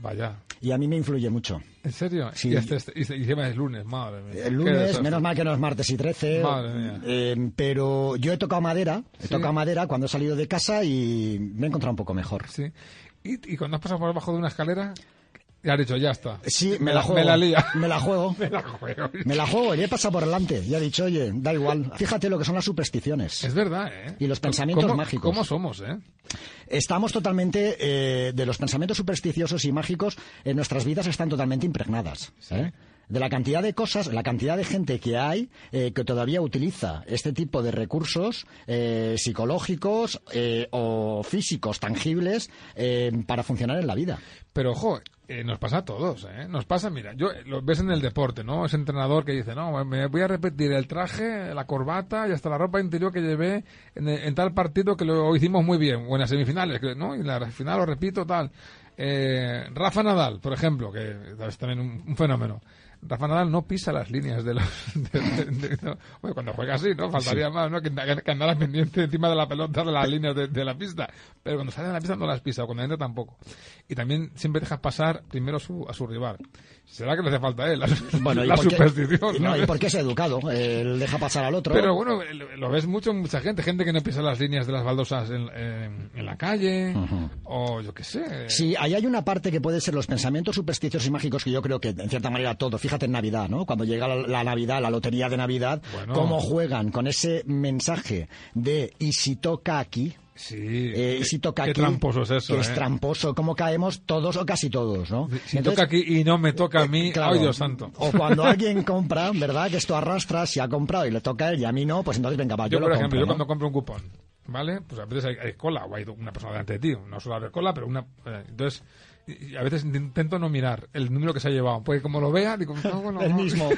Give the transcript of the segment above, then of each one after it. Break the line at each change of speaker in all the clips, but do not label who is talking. Vaya.
Y a mí me influye mucho.
¿En serio?
Sí.
Y, este- este- y encima es lunes, madre mía. Qué
El lunes,
desastre.
menos mal que no es martes y 13.
Madre mía.
eh, pero yo he tocado madera, he
Sí.
tocado madera cuando he salido de casa y me he encontrado un poco mejor.
Sí. Y, y cuando has pasado por abajo de una escalera, ya has dicho, ya está.
Sí, me, la juego.
Me la lía.
Me la juego.
Me la juego.
Me la juego y he pasado por delante. Y he dicho, oye, da igual. Fíjate lo que son las supersticiones.
Es verdad, ¿eh?
Y los pensamientos
¿Cómo-
mágicos.
¿Cómo somos, eh?
Estamos totalmente, eh, de los pensamientos supersticiosos y mágicos, en nuestras vidas están totalmente impregnadas. ¿eh? De la cantidad de cosas, la cantidad de gente que hay eh, que todavía utiliza este tipo de recursos eh, psicológicos eh, o físicos tangibles eh, para funcionar en la vida.
Pero ojo, eh, nos pasa a todos, ¿eh? Nos pasa, mira, yo eh, lo ves en el deporte, ¿no? Ese entrenador que dice, no, me voy a repetir el traje, la corbata y hasta la ropa interior que llevé en, en tal partido que lo hicimos muy bien, o en las semifinales, que- ¿no? Y en la final lo repito, tal. Eh, Rafa Nadal, por ejemplo, que es también un, un fenómeno. Rafa Nadal no pisa las líneas de los... de- de- de- no. Bueno, cuando juega así, ¿no? Faltaría más, ¿no? Que, que- que andara pendiente encima de la pelota de las líneas de, de la pista. Pero cuando sale de la pista no las pisa, o cuando entra tampoco. Y también siempre dejas pasar primero su- a su rival. ¿Será que le hace falta a él? La, la
por qué-
superstición.
no, y
¿sabes?
porque es educado, eh, él deja pasar al otro.
Pero bueno, lo lo ves mucho en mucha gente. Gente que no pisa las líneas de las baldosas en, en- en la calle, o yo qué sé.
Sí, ahí hay una parte que puede ser los pensamientos supersticiosos y mágicos que yo creo que, en cierta manera, todo. Fíjate en Navidad, ¿no? Cuando llega la, la Navidad, la lotería de Navidad,
Bueno.
cómo juegan con ese mensaje de ¿y si toca aquí?
Sí.
Eh, ¿Y si toca
qué
aquí?
tramposo es eso.
Que es
eh.
tramposo. ¿Cómo caemos todos o casi todos, no?
Si
Entonces, eh,
toca aquí y no me toca a mí,
claro,
ay Dios santo.
O cuando alguien compra, ¿verdad? Que esto arrastra, si ha comprado y le toca a él y a mí no, pues entonces venga, va, yo,
Ah, Yo, por
lo
ejemplo,
compro,
yo
¿no?
cuando compro un cupón, ¿vale? Pues a veces hay, hay cola o hay una persona delante de ti. No suele haber cola, pero una... eh, entonces, y- y a veces intento no mirar el número que se ha llevado. Porque como lo vea, digo... No, bueno,
El
no.
mismo.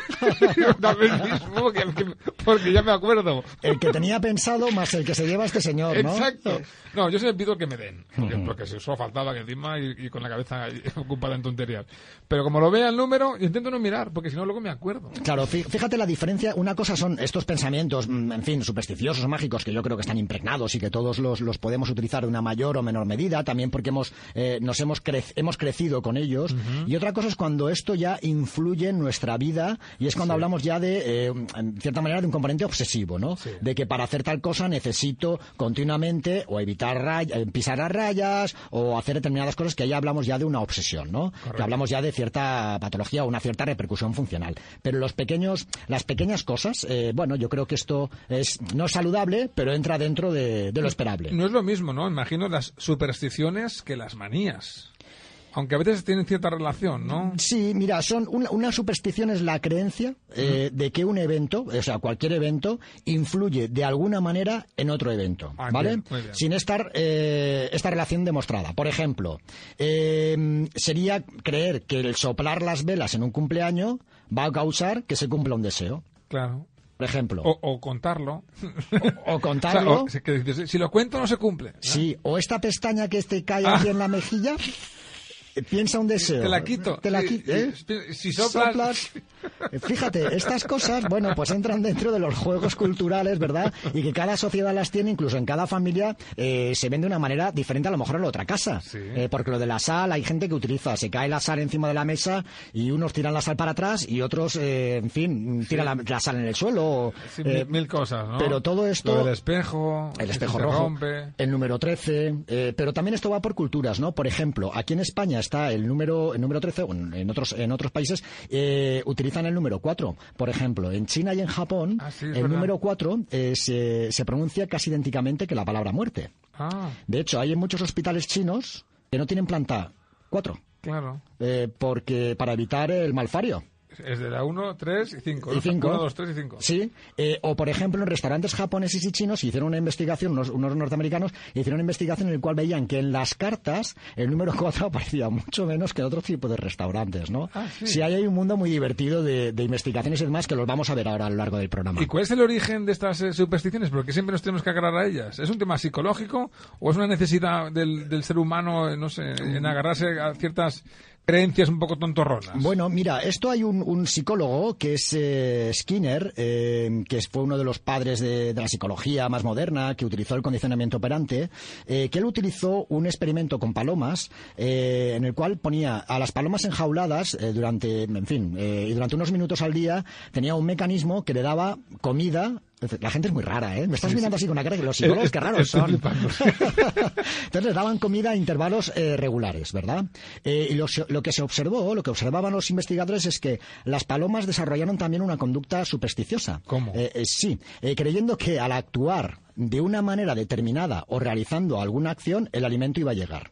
Dame el mismo, que- que- porque ya me acuerdo.
El que tenía pensado más el que se lleva este señor, ¿no?
Exacto. No, yo siempre pido que me den. Porque, porque si solo faltaba que encima y, y con la cabeza ocupada en tonterías. Pero como lo vea el número, yo intento no mirar, porque si no, luego me acuerdo.
Claro, fí- fíjate la diferencia. Una cosa son estos pensamientos, mm, en fin, supersticiosos, mágicos, que yo creo que están impregnados y que todos los, los podemos utilizar de una mayor o menor medida, también porque hemos, eh, nos hemos, crec- hemos crecido con ellos. Y otra cosa es cuando esto ya influye en nuestra vida y es cuando hablamos ya de, eh, en cierta manera, de un componente obsesivo, ¿no? De que para hacer tal cosa necesito continuamente o evitar ray- eh, pisar las rayas o hacer determinadas cosas que ahí hablamos ya de una obsesión, ¿no? Que hablamos ya de cierta patología o una cierta repercusión funcional. Pero los pequeños, las pequeñas cosas, eh, bueno, yo creo que esto es no es saludable, pero entra dentro de, de lo esperable.
No es lo mismo, ¿no? Imagino las supersticiones que las manías. Aunque a veces tienen cierta relación, ¿no?
Sí, mira, son una, una superstición es la creencia eh, de que un evento, o sea, cualquier evento, influye de alguna manera en otro evento,
Ah,
¿vale?
bien, muy bien.
Sin estar eh, esta relación demostrada. Por ejemplo, eh, sería creer que el soplar las velas en un cumpleaños va a causar que se cumpla un deseo,
Claro.
por ejemplo,
O, o contarlo.
o,
O sea,
contarlo.
o- que dices, si lo cuento, no se cumple.
Sí, o esta pestaña que te cae aquí en la mejilla, eh, piensa un deseo.
Te la quito.
Te la
Y-
quito.
y-
¿eh?
si soplas-
Eh, Fíjate, estas cosas, bueno, pues entran dentro de los juegos culturales, ¿verdad? Y que cada sociedad las tiene, incluso en cada familia, eh, se ven de una manera diferente a lo mejor en la otra casa.
Sí.
Eh, porque lo de la sal, hay gente que utiliza, se cae la sal encima de la mesa y unos tiran la sal para atrás y otros, eh, en fin, tiran la, la sal en el suelo. o,
Sí,
eh,
mil, mil cosas, ¿no?
pero todo esto-
Lo del espejo.
el
que
espejo
se
rojo,
rompe.
el número 13, eh, pero también esto va por culturas, ¿no? Por ejemplo, aquí en España está el número el número 13, bueno, en otros en otros países eh, utilizan el número 4. Por ejemplo, en China y en Japón,
Ah, sí,
el
es verdad.
número 4 eh, se, se pronuncia casi idénticamente que la palabra muerte.
Ah,
De hecho, hay en muchos hospitales chinos que no tienen planta 4,
claro.
eh, porque para evitar el malfario.
Es de la 1, 3 y 5.
Y cinco.
1, 2, 3 y 5.
Sí, eh, o por ejemplo en restaurantes japoneses y chinos hicieron una investigación, unos, unos norteamericanos hicieron una investigación en la cual veían que en las cartas el número 4 aparecía mucho menos que en otro tipo de restaurantes, ¿no?
Ah, sí.
ahí hay un mundo muy divertido de, de investigaciones y demás que los vamos a ver ahora a lo largo del programa.
¿Y cuál es el origen de estas eh, supersticiones? Porque siempre nos tenemos que agarrar a ellas. ¿Es un tema psicológico o es una necesidad del, del ser humano, eh, no sé, en agarrarse a ciertas creencias un poco tontorronas?
Bueno, mira, esto hay un, un psicólogo que es eh, Skinner, eh, que fue uno de los padres de, de la psicología más moderna, que utilizó el condicionamiento operante, eh, que él utilizó un experimento con palomas eh, en el cual ponía a las palomas enjauladas eh, durante, en fin, eh, y durante unos minutos al día tenía un mecanismo que le daba comida. La gente es muy rara, ¿eh? Me estás mirando así con la cara que los psicólogos, qué raros
Estoy
son.
flipando.
Entonces les daban comida a intervalos eh, regulares, ¿verdad? Eh, y lo, se- lo que se observó, lo que observaban los investigadores es que las palomas desarrollaron también una conducta supersticiosa.
¿Cómo?
Eh, eh, sí, eh, creyendo que al actuar de una manera determinada o realizando alguna acción, el alimento iba a llegar.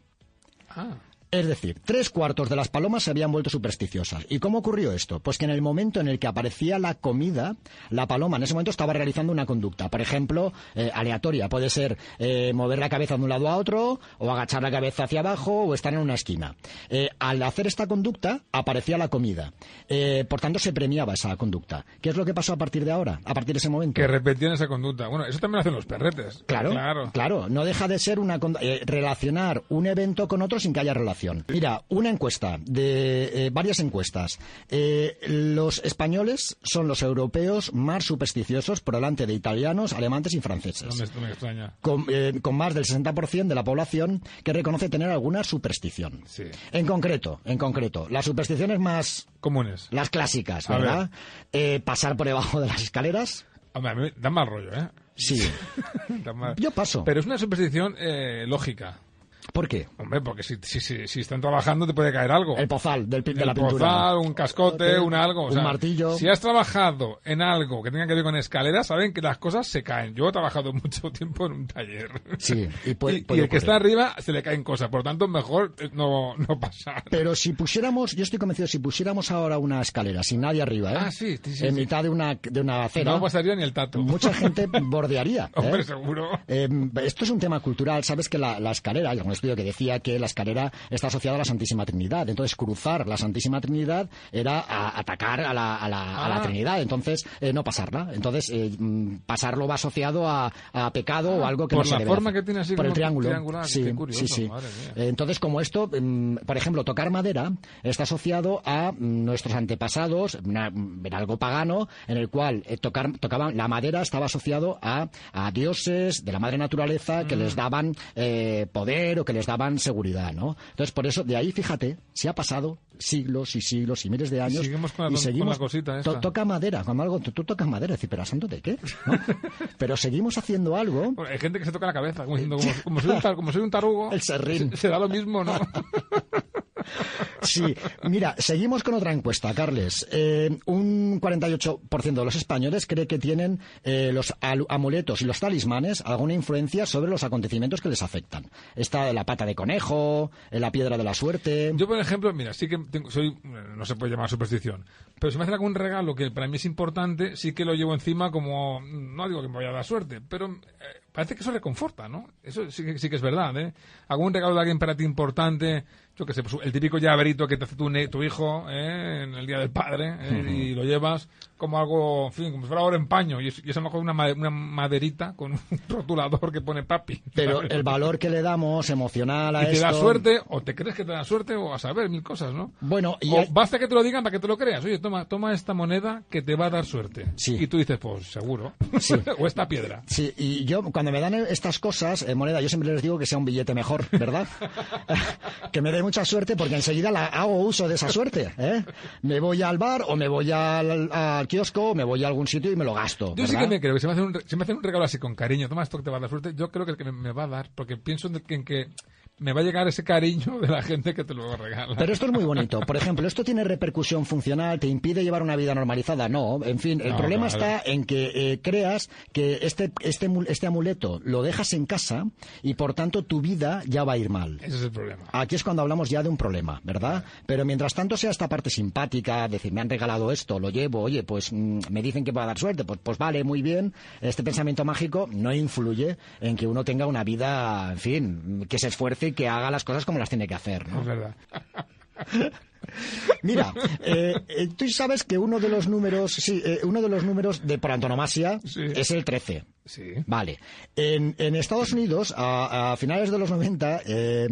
Ah,
Es decir, tres cuartos de las palomas se habían vuelto supersticiosas. ¿Y cómo ocurrió esto? Pues que en el momento en el que aparecía la comida, la paloma en ese momento estaba realizando una conducta. Por ejemplo, eh, aleatoria. Puede ser eh, mover la cabeza de un lado a otro, o agachar la cabeza hacia abajo, o estar en una esquina. Eh, al hacer esta conducta, aparecía la comida. Eh, por tanto, se premiaba esa conducta. ¿Qué es lo que pasó a partir de ahora? A partir de ese momento.
que repetían esa conducta. Bueno, eso también lo hacen los perretes.
Claro,
Claro.
claro, No deja de ser una con- eh, relacionar un evento con otro sin que haya relación. Mira, una encuesta de eh, varias encuestas. Eh, los españoles son los europeos más supersticiosos por delante de italianos, alemanes y
No
franceses.
me, no me extraña.
Con, eh, con más del 60% de la población que reconoce tener alguna superstición.
Sí.
En concreto, en concreto, las supersticiones más
Comunes.
las clásicas,
A ver.
¿verdad? Eh, pasar por debajo de las escaleras.
Hombre, a mí da mal rollo, ¿eh?
Sí.
Da mal-
Yo paso.
Pero es una superstición eh, lógica.
¿Por qué?
Hombre, porque si, si, si, si están trabajando te puede caer algo.
El pozal del, pi- de
El
la pintura.
bozal, un cascote, un algo. o
Un
sea,
martillo.
Si has trabajado en algo que tenga que ver con escaleras, saben que las cosas se caen. Yo he trabajado mucho tiempo en un taller.
Sí,
y,
y puede- puede
el que
ocurrir.
está arriba se le caen cosas. Por lo tanto, mejor eh, no, no pasar.
Pero si pusiéramos, yo estoy convencido, si pusiéramos ahora una escalera sin nadie arriba, ¿eh?
Ah, sí, sí, sí,
en
sí.
mitad de una, de una acera,
No pasaría ni el tato.
mucha gente bordearía. ¿eh?
Hombre, seguro.
Eh, esto es un tema cultural. Sabes que la, la escalera, hay algún estudio que decía que la escalera está asociada a la Santísima Trinidad. Entonces, cruzar la Santísima Trinidad era a- atacar a la, a la- a la
Ah.
Trinidad. Entonces, eh, no pasarla. Entonces, eh, mm, pasarlo va asociado a, a pecado o algo que
Ah. por
no se
la
debe
forma
hacer.
que tiene así
Por el
como
triángulo.
triangular,
Sí,
qué curioso,
sí, sí.
madre mía.
Eh, Entonces, como esto, mm, por ejemplo, tocar madera está asociado a mm, nuestros antepasados, na- mm, en algo pagano, en el cual eh, tocar, tocaban la madera estaba asociado a, a dioses de la madre naturaleza que
Mm.
les daban eh, poder o que les daban seguridad, ¿no? Entonces, por eso, de ahí, fíjate, se ha pasado siglos y siglos y miles de años
seguimos con la
y
ton- con
seguimos-
la cosita
to-
esta.
toca madera, cuando algo tú, tú tocas madera, decir, pero santo de qué, ¿no? pero seguimos haciendo algo
Bueno, Hay gente que se toca la cabeza, como diciendo, como, como soy, un tar- como soy un tarugo,
El serrín.
se- será lo mismo, ¿no?
Sí, mira, seguimos con otra encuesta, Carles. Eh, un 48% de los españoles cree que tienen eh, los alu- amuletos y los talismanes alguna influencia sobre los acontecimientos que les afectan. Está la pata de conejo, eh, la piedra de la suerte.
Yo, por ejemplo, mira, sí que tengo- soy, no se puede llamar superstición, pero si me hacen algún regalo que para mí es importante, sí que lo llevo encima como, no digo que me vaya a dar suerte, pero eh, parece que eso reconforta, ¿no? Eso sí que, sí que es verdad, ¿eh? Algún regalo de alguien para ti importante, yo qué sé, pues, el típico llaverito que te hace tu, ne- tu hijo ¿eh? en el Día del Padre ¿eh? y lo llevas como algo, en fin, como si fuera ahora en paño y es, y es a lo mejor una, made- una maderita con un rotulador que pone papi.
Pero
¿sabes?
el valor que le damos emocional a
Y te da
esto-
suerte, o te crees que te da suerte, o a saber mil cosas, ¿no?
Bueno, y
o
hay-
basta que te lo digan para que te lo creas. Oye, toma, toma esta moneda que te va a dar suerte.
Sí.
Y tú dices, pues seguro.
Sí.
o esta piedra.
Sí, y yo cuando me dan estas cosas, eh, moneda, yo siempre les digo que sea un billete mejor, ¿verdad? que me dé mucha suerte porque enseguida la, hago uso de esa suerte. ¿eh? Me voy al bar o me voy al, al kiosco o me voy a algún sitio y me lo gasto.
Yo sí
¿verdad?
que me creo que si me, hacen un, re- si me hacen un regalo así con cariño, toma esto que te va a dar suerte, yo creo que el que me, me va a dar, porque pienso en que, en que me va a llegar ese cariño de la gente que te lo regala.
Pero esto es muy bonito. Por ejemplo, ¿esto tiene repercusión funcional? ¿Te impide llevar una vida normalizada? No. En fin, el
No,
problema
claro.
está en que eh, creas que este, este, mu- este amuleto lo dejas en casa y por tanto tu vida ya va a ir mal.
Ese es el problema.
Aquí es cuando hablamos ya de un problema, ¿verdad? Pero mientras tanto sea esta parte simpática, decir, me han regalado esto, lo llevo, oye, pues mm, me dicen que va a dar suerte, pues, pues vale, muy bien. Este pensamiento mágico no influye en que uno tenga una vida, en fin, que se esfuerce y que haga las cosas como las tiene que hacer, ¿no?
Es verdad.
Mira, eh, eh, tú sabes que uno de los números, sí, eh, uno de los números de por antonomasia
Sí.
es el 13.
Sí.
Vale. En, en Estados Unidos, a, a finales de los 90, eh,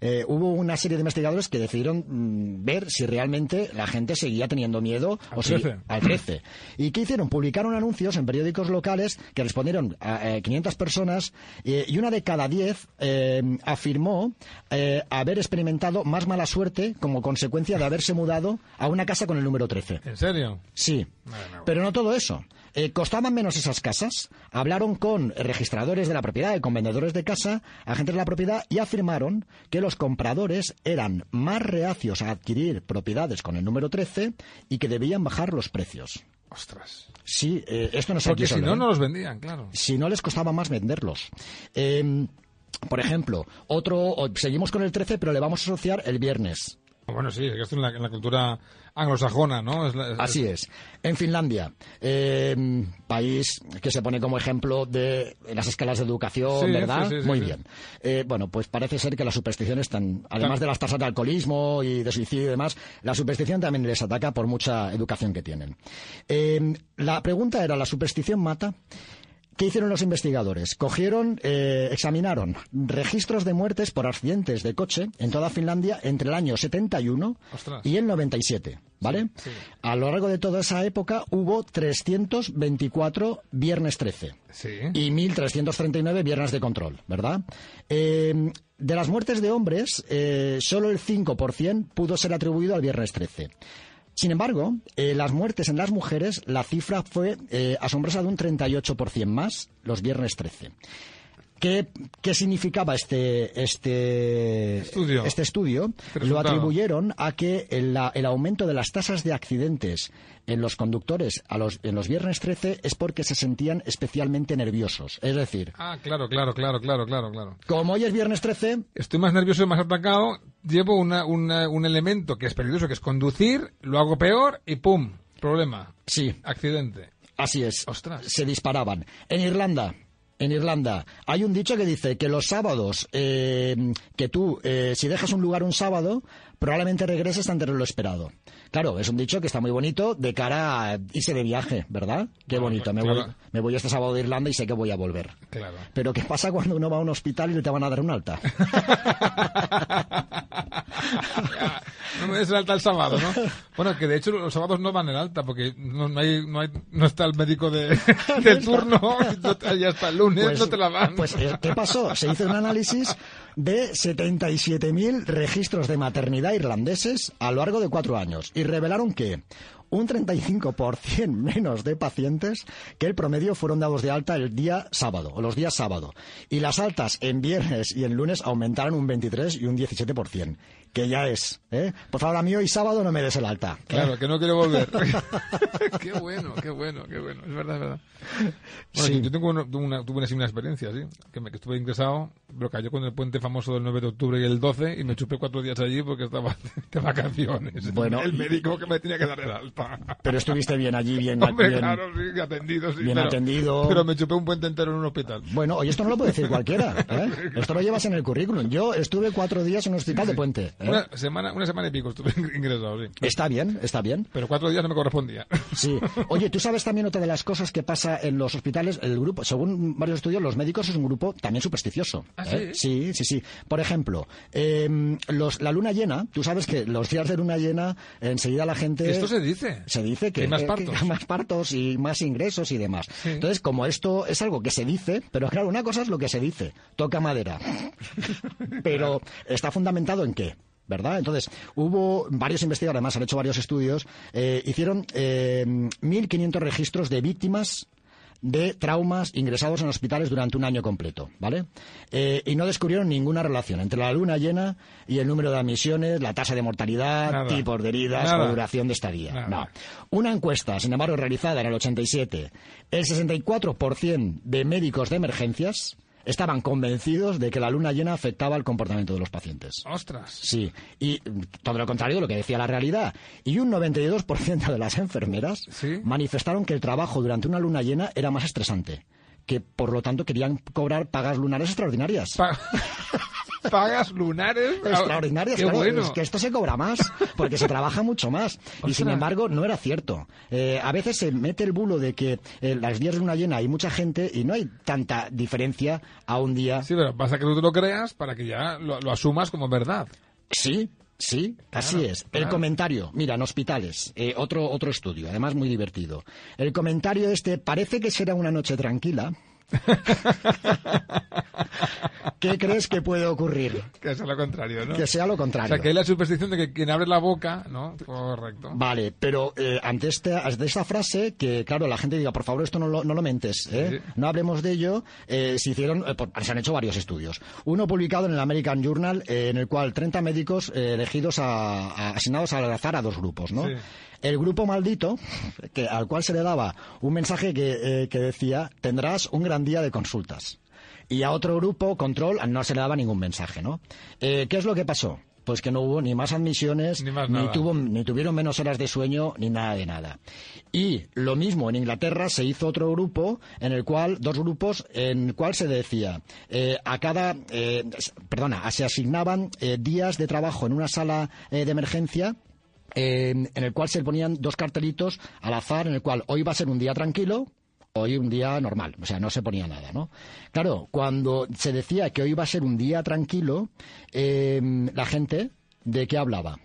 eh, hubo una serie de investigadores que decidieron mm, ver si realmente la gente seguía teniendo miedo o
Al
si,
13.
al 13. ¿Y qué hicieron? Publicaron anuncios en periódicos locales que respondieron a eh, 500 personas eh, y una de cada 10 eh, afirmó eh, haber experimentado más mala suerte como consecuencia de haberse mudado a una casa con el número 13.
¿En serio?
Sí,
Madre mía.
pero no todo eso. Eh, costaban menos esas casas, hablaron con registradores de la propiedad y con vendedores de casa, agentes de la propiedad, y afirmaron que los compradores eran más reacios a adquirir propiedades con el número 13 y que debían bajar los precios.
Ostras.
Sí, eh, esto no se
Porque si no, no los vendían, claro.
si no les costaba más venderlos. Eh, por ejemplo, otro, o- seguimos con el 13, pero le vamos a asociar el viernes.
Bueno, sí, es que esto en la, en la cultura anglosajona, ¿no? Es la- es-
Así es. En Finlandia, eh, país que se pone como ejemplo de las escalas de educación,
Sí,
¿verdad?
sí, sí, sí,
Muy
sí.
bien. Eh, bueno, pues parece ser que las supersticiones, tan, además
Tan-
de las tasas de alcoholismo y de suicidio y demás, la superstición también les ataca por mucha educación que tienen. Eh, la pregunta era, ¿la superstición mata? ¿Qué hicieron los investigadores? Cogieron, eh, examinaron registros de muertes por accidentes de coche en toda Finlandia entre el año 71
Ostras.
y el 97, ¿vale?
Sí, sí.
A lo largo de toda esa época hubo 324 viernes 13
Sí.
y 1.339 viernes de control, ¿verdad? Eh, de las muertes de hombres, eh, solo el 5% pudo ser atribuido al viernes 13. Sin embargo, eh, las muertes en las mujeres, la cifra fue eh, asombrosa de un 38% más los viernes 13. ¿Qué, qué significaba este, este
Estudio.
Este estudio lo
resultado.
atribuyeron a que el, la- el aumento de las tasas de accidentes en los conductores a los, en los viernes 13 es porque se sentían especialmente nerviosos. Es decir,
Ah, claro, claro, claro, claro, claro, claro.
como hoy es viernes 13,
Estoy más nervioso y más atacado, llevo una, una- un elemento que es peligroso, que es conducir, lo hago peor y ¡pum! Problema.
sí,
Accidente.
Así es.
Ostras.
Se disparaban. En Irlanda. En Irlanda hay un dicho que dice que los sábados, eh, que tú, eh, si dejas un lugar un sábado, probablemente regreses antes de lo esperado. Claro, es un dicho que está muy bonito de cara a irse de viaje, ¿verdad? Qué
Bueno,
bonito, me,
claro.
voy, me voy este sábado de Irlanda y sé que voy a volver.
Claro.
Pero ¿qué pasa cuando uno va a un hospital y te van a dar un alta?
Ah, no me des el alta el sábado, ¿no? Bueno, que de hecho los sábados no van el alta porque no, no hay, no, hay, no está el médico de, del turno y hasta el lunes no te la dan.
pues, eh, ¿qué pasó? Se hizo un análisis de 77.000 registros de maternidad irlandeses a lo largo de cuatro años y revelaron que un 35% menos de pacientes que el promedio fueron dados de alta el día sábado o los días sábado. Y las altas en viernes y en lunes aumentaron un 23 y un 17%, que ya es. ¿eh? Por favor, a mí hoy sábado no me des el alta. ¿eh?
Claro, que no quiero volver. qué bueno, qué bueno, qué bueno. Es verdad, es verdad. Bueno,
Sí.
yo- Yo tengo una, tuve una- tuve una similar experiencia, ¿sí? Que, me, que estuve ingresado, pero cayó con el puente famoso del 9 de octubre y el 12 y me chupé cuatro días allí porque estaba de vacaciones.
Bueno,
el
y-
médico que me tenía que dar el alta.
Pero estuviste bien allí, bien,
Hombre,
bien-
claro, sí, atendido, sí.
bien
pero,
atendido.
Pero me chupé un puente entero en un hospital.
Bueno, oye, esto no lo puede decir cualquiera. ¿eh? Esto lo llevas en el currículum. Yo estuve cuatro días en un hospital de puente. ¿eh?
Una semana, una semana y pico estuve ing- ingresado, sí.
Está bien, está bien.
Pero cuatro días no me correspondía.
Sí. Oye, tú sabes también otra de las cosas que pasa en los hospitales. El grupo, según varios estudios, los médicos es un grupo también supersticioso.
¿Ah,
¿eh? Sí, sí, sí. Por ejemplo, eh, los, la luna llena. Tú sabes que los días de luna llena, enseguida la gente.
Esto se dice.
Eh, se dice que, eh,
Hay más
que-
partos.
que más partos y más ingresos y demás. Entonces, como esto es algo que se dice, pero claro, una cosa es lo que se dice, toca madera. pero está fundamentado en qué. ¿Verdad? Entonces, hubo varios investigadores, además han hecho varios estudios, eh, hicieron eh, 1.500 registros de víctimas de traumas ingresados en hospitales durante un año completo, ¿vale? Eh, y no descubrieron ninguna relación entre la luna llena y el número de admisiones, la tasa de mortalidad,
Nada.
tipos de heridas
Nada.
o duración de estadía.
Nada.
No. Una encuesta, sin embargo, realizada en el 87, el 64% de médicos de emergencias estaban convencidos de que la luna llena afectaba el comportamiento de los pacientes.
Ostras.
Sí, y mm, todo lo contrario de lo que decía la realidad. Y un 92% de las enfermeras
Sí.
manifestaron que el trabajo durante una luna llena era más estresante, que por lo tanto querían cobrar pagas lunares extraordinarias.
Pa- Pagas lunares. ah,
Extraordinarias,
Qué
claro,
bueno.
es que esto se cobra más, porque se trabaja mucho más. Y sin
Ostras.
embargo, no era cierto. Eh, a veces se mete el bulo de que eh, las 10 de una llena hay mucha gente y no hay tanta diferencia a un día.
Sí, pero pasa que tú te lo creas para que ya lo, lo asumas como verdad.
Sí, sí, así
Claro,
es. El
claro.
comentario, mira, en hospitales, eh, otro, otro estudio, además muy divertido. El comentario este, parece que será una noche tranquila. ¿Qué crees que puede ocurrir?
Que es lo contrario, ¿no?
Que sea lo
o
contrario.
sea, que hay la superstición de que quien abre la boca, ¿no? Correcto.
Vale, pero eh, ante, este, ante esta frase, que claro, la gente diga, por favor, esto no lo, no lo mentes, ¿eh?
Sí.
no hablemos de ello, eh, se, hicieron, eh, por- se han hecho varios estudios. Uno publicado en el American Journal, eh, en el cual 30 médicos eh, elegidos, a, a- asignados al azar a dos grupos. ¿no?
Sí.
El grupo maldito, que, al cual se le daba un mensaje que, eh, que decía, tendrás un gran día de consultas. Y a otro grupo, control, no se le daba ningún mensaje. ¿no? Eh, ¿Qué es lo que pasó? Pues que no hubo ni más admisiones,
Ni más nada.
tuvo ni tuvieron menos horas de sueño ni nada de nada. Y lo mismo en Inglaterra se hizo otro grupo en el cual dos grupos en el cual se decía eh, a cada eh, s- perdona se asignaban eh, días de trabajo en una sala eh, de emergencia. eh, en el cual se ponían dos cartelitos al azar, en el cual hoy va a ser un día tranquilo, hoy un día normal, o sea, no se ponía nada, ¿no? Claro, cuando se decía que hoy va a ser un día tranquilo, eh, la gente, ¿de qué hablaba?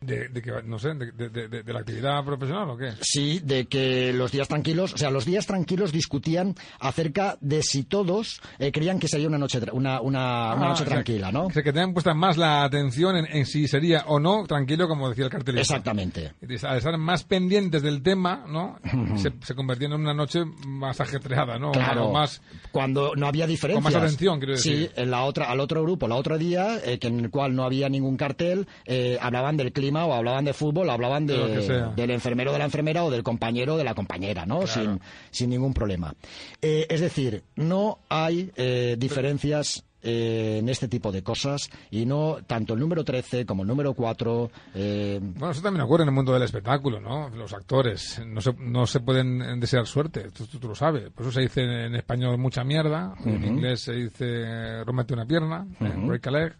De, de que, no sé, de, de- de- de la actividad profesional o qué.
Sí, de que los días tranquilos, o sea, los días tranquilos discutían acerca de si todos eh, creían que sería una noche, tra- una, una, una
Ah,
noche
o sea,
tranquila, ¿no?
O sea, que te han puesto más la atención en, en si sería o no tranquilo, como decía el cartelista.
Exactamente.
Entonces, Al estar más pendientes del tema, ¿no? Se, se convirtió en una noche más ajetreada, ¿no?
Claro,
O más,
cuando no había diferencias.
con más atención, quiero
Sí,
decir.
en la otra, al otro grupo, la otro día, eh, que en el cual no había ningún cartel, eh, hablaban del clima o hablaban de fútbol, hablaban de-
De lo que sea.
del enfermero o de la enfermera o del compañero o de la compañera, ¿no? Sin, sin ningún problema. Eh, es decir, no hay eh, diferencias. eh, en este tipo de cosas y no tanto el número 13 como el número 4 eh,
Bueno, eso también ocurre en el mundo del espectáculo, ¿no? Los actores no se, no se pueden eh, desear suerte, tú, tú- tú lo sabes. Por eso se dice en español mucha mierda, en inglés se dice rómete una pierna, eh, break a leg,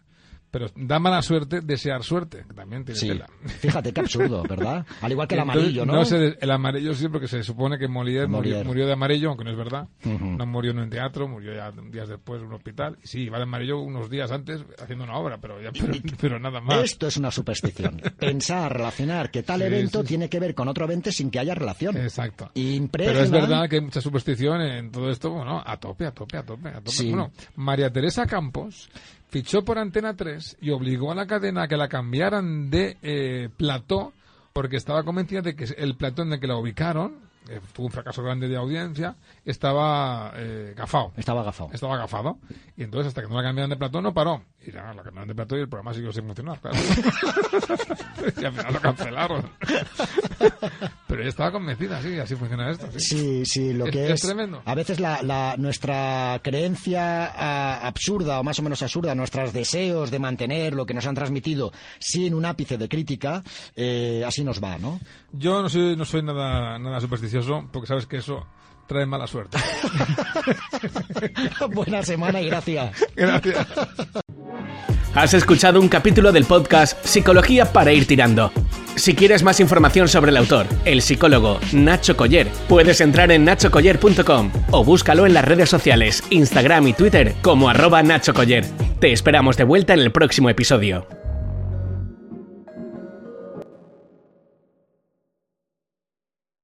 pero da mala suerte desear suerte, que también tiene
sí
tela.
fíjate qué absurdo ¿verdad? al igual que el
Entonces,
amarillo ¿no?
sé, el amarillo sí, porque se supone que Molière, murió-
Molière.
Murió, de amarillo, aunque no es verdad. No murió en un teatro, murió ya días después en un hospital. Y sí, iba de amarillo unos días antes haciendo una obra, pero, ya, pero, pero nada más.
Esto es una superstición. Pensar, relacionar que tal
Sí,
evento
sí.
tiene que ver con otro evento sin que haya relación.
Exacto.
Impregna-
Pero es verdad que hay mucha superstición en todo esto, bueno, a tope, a tope, a tope, a tope.
Sí.
Bueno, María Teresa Campos fichó por Antena 3 y obligó a la cadena a que la cambiaran de eh, plató porque estaba convencida de que el plató en el que la ubicaron, eh, fue un fracaso grande de audiencia, estaba eh, gafado.
Estaba gafado.
Estaba agafado. Y entonces, hasta que no la cambiaron de plató, no paró. Y ya, la cambiaron de plató y el programa siguió sin funcionar, claro. y al final lo cancelaron. Pero ella estaba convencida, sí, así funciona esto. sí.
Sí, sí, lo
Es-
que
es
es.
tremendo.
A veces la, la- nuestra creencia ah, absurda o más o menos absurda, nuestros deseos de mantener lo que nos han transmitido sin un ápice de crítica, eh, así nos va, ¿no?
Yo no soy, no soy nada, nada supersticioso, porque sabes que eso trae mala suerte.
Buena semana y gracias.
Gracias.
Has escuchado un capítulo del podcast Psicología para ir tirando. Si quieres más información sobre el autor, el psicólogo Nacho Coller, puedes entrar en nachocoller.com o búscalo en las redes sociales, Instagram y Twitter como arroba Nacho Coller. Te esperamos de vuelta en el próximo episodio.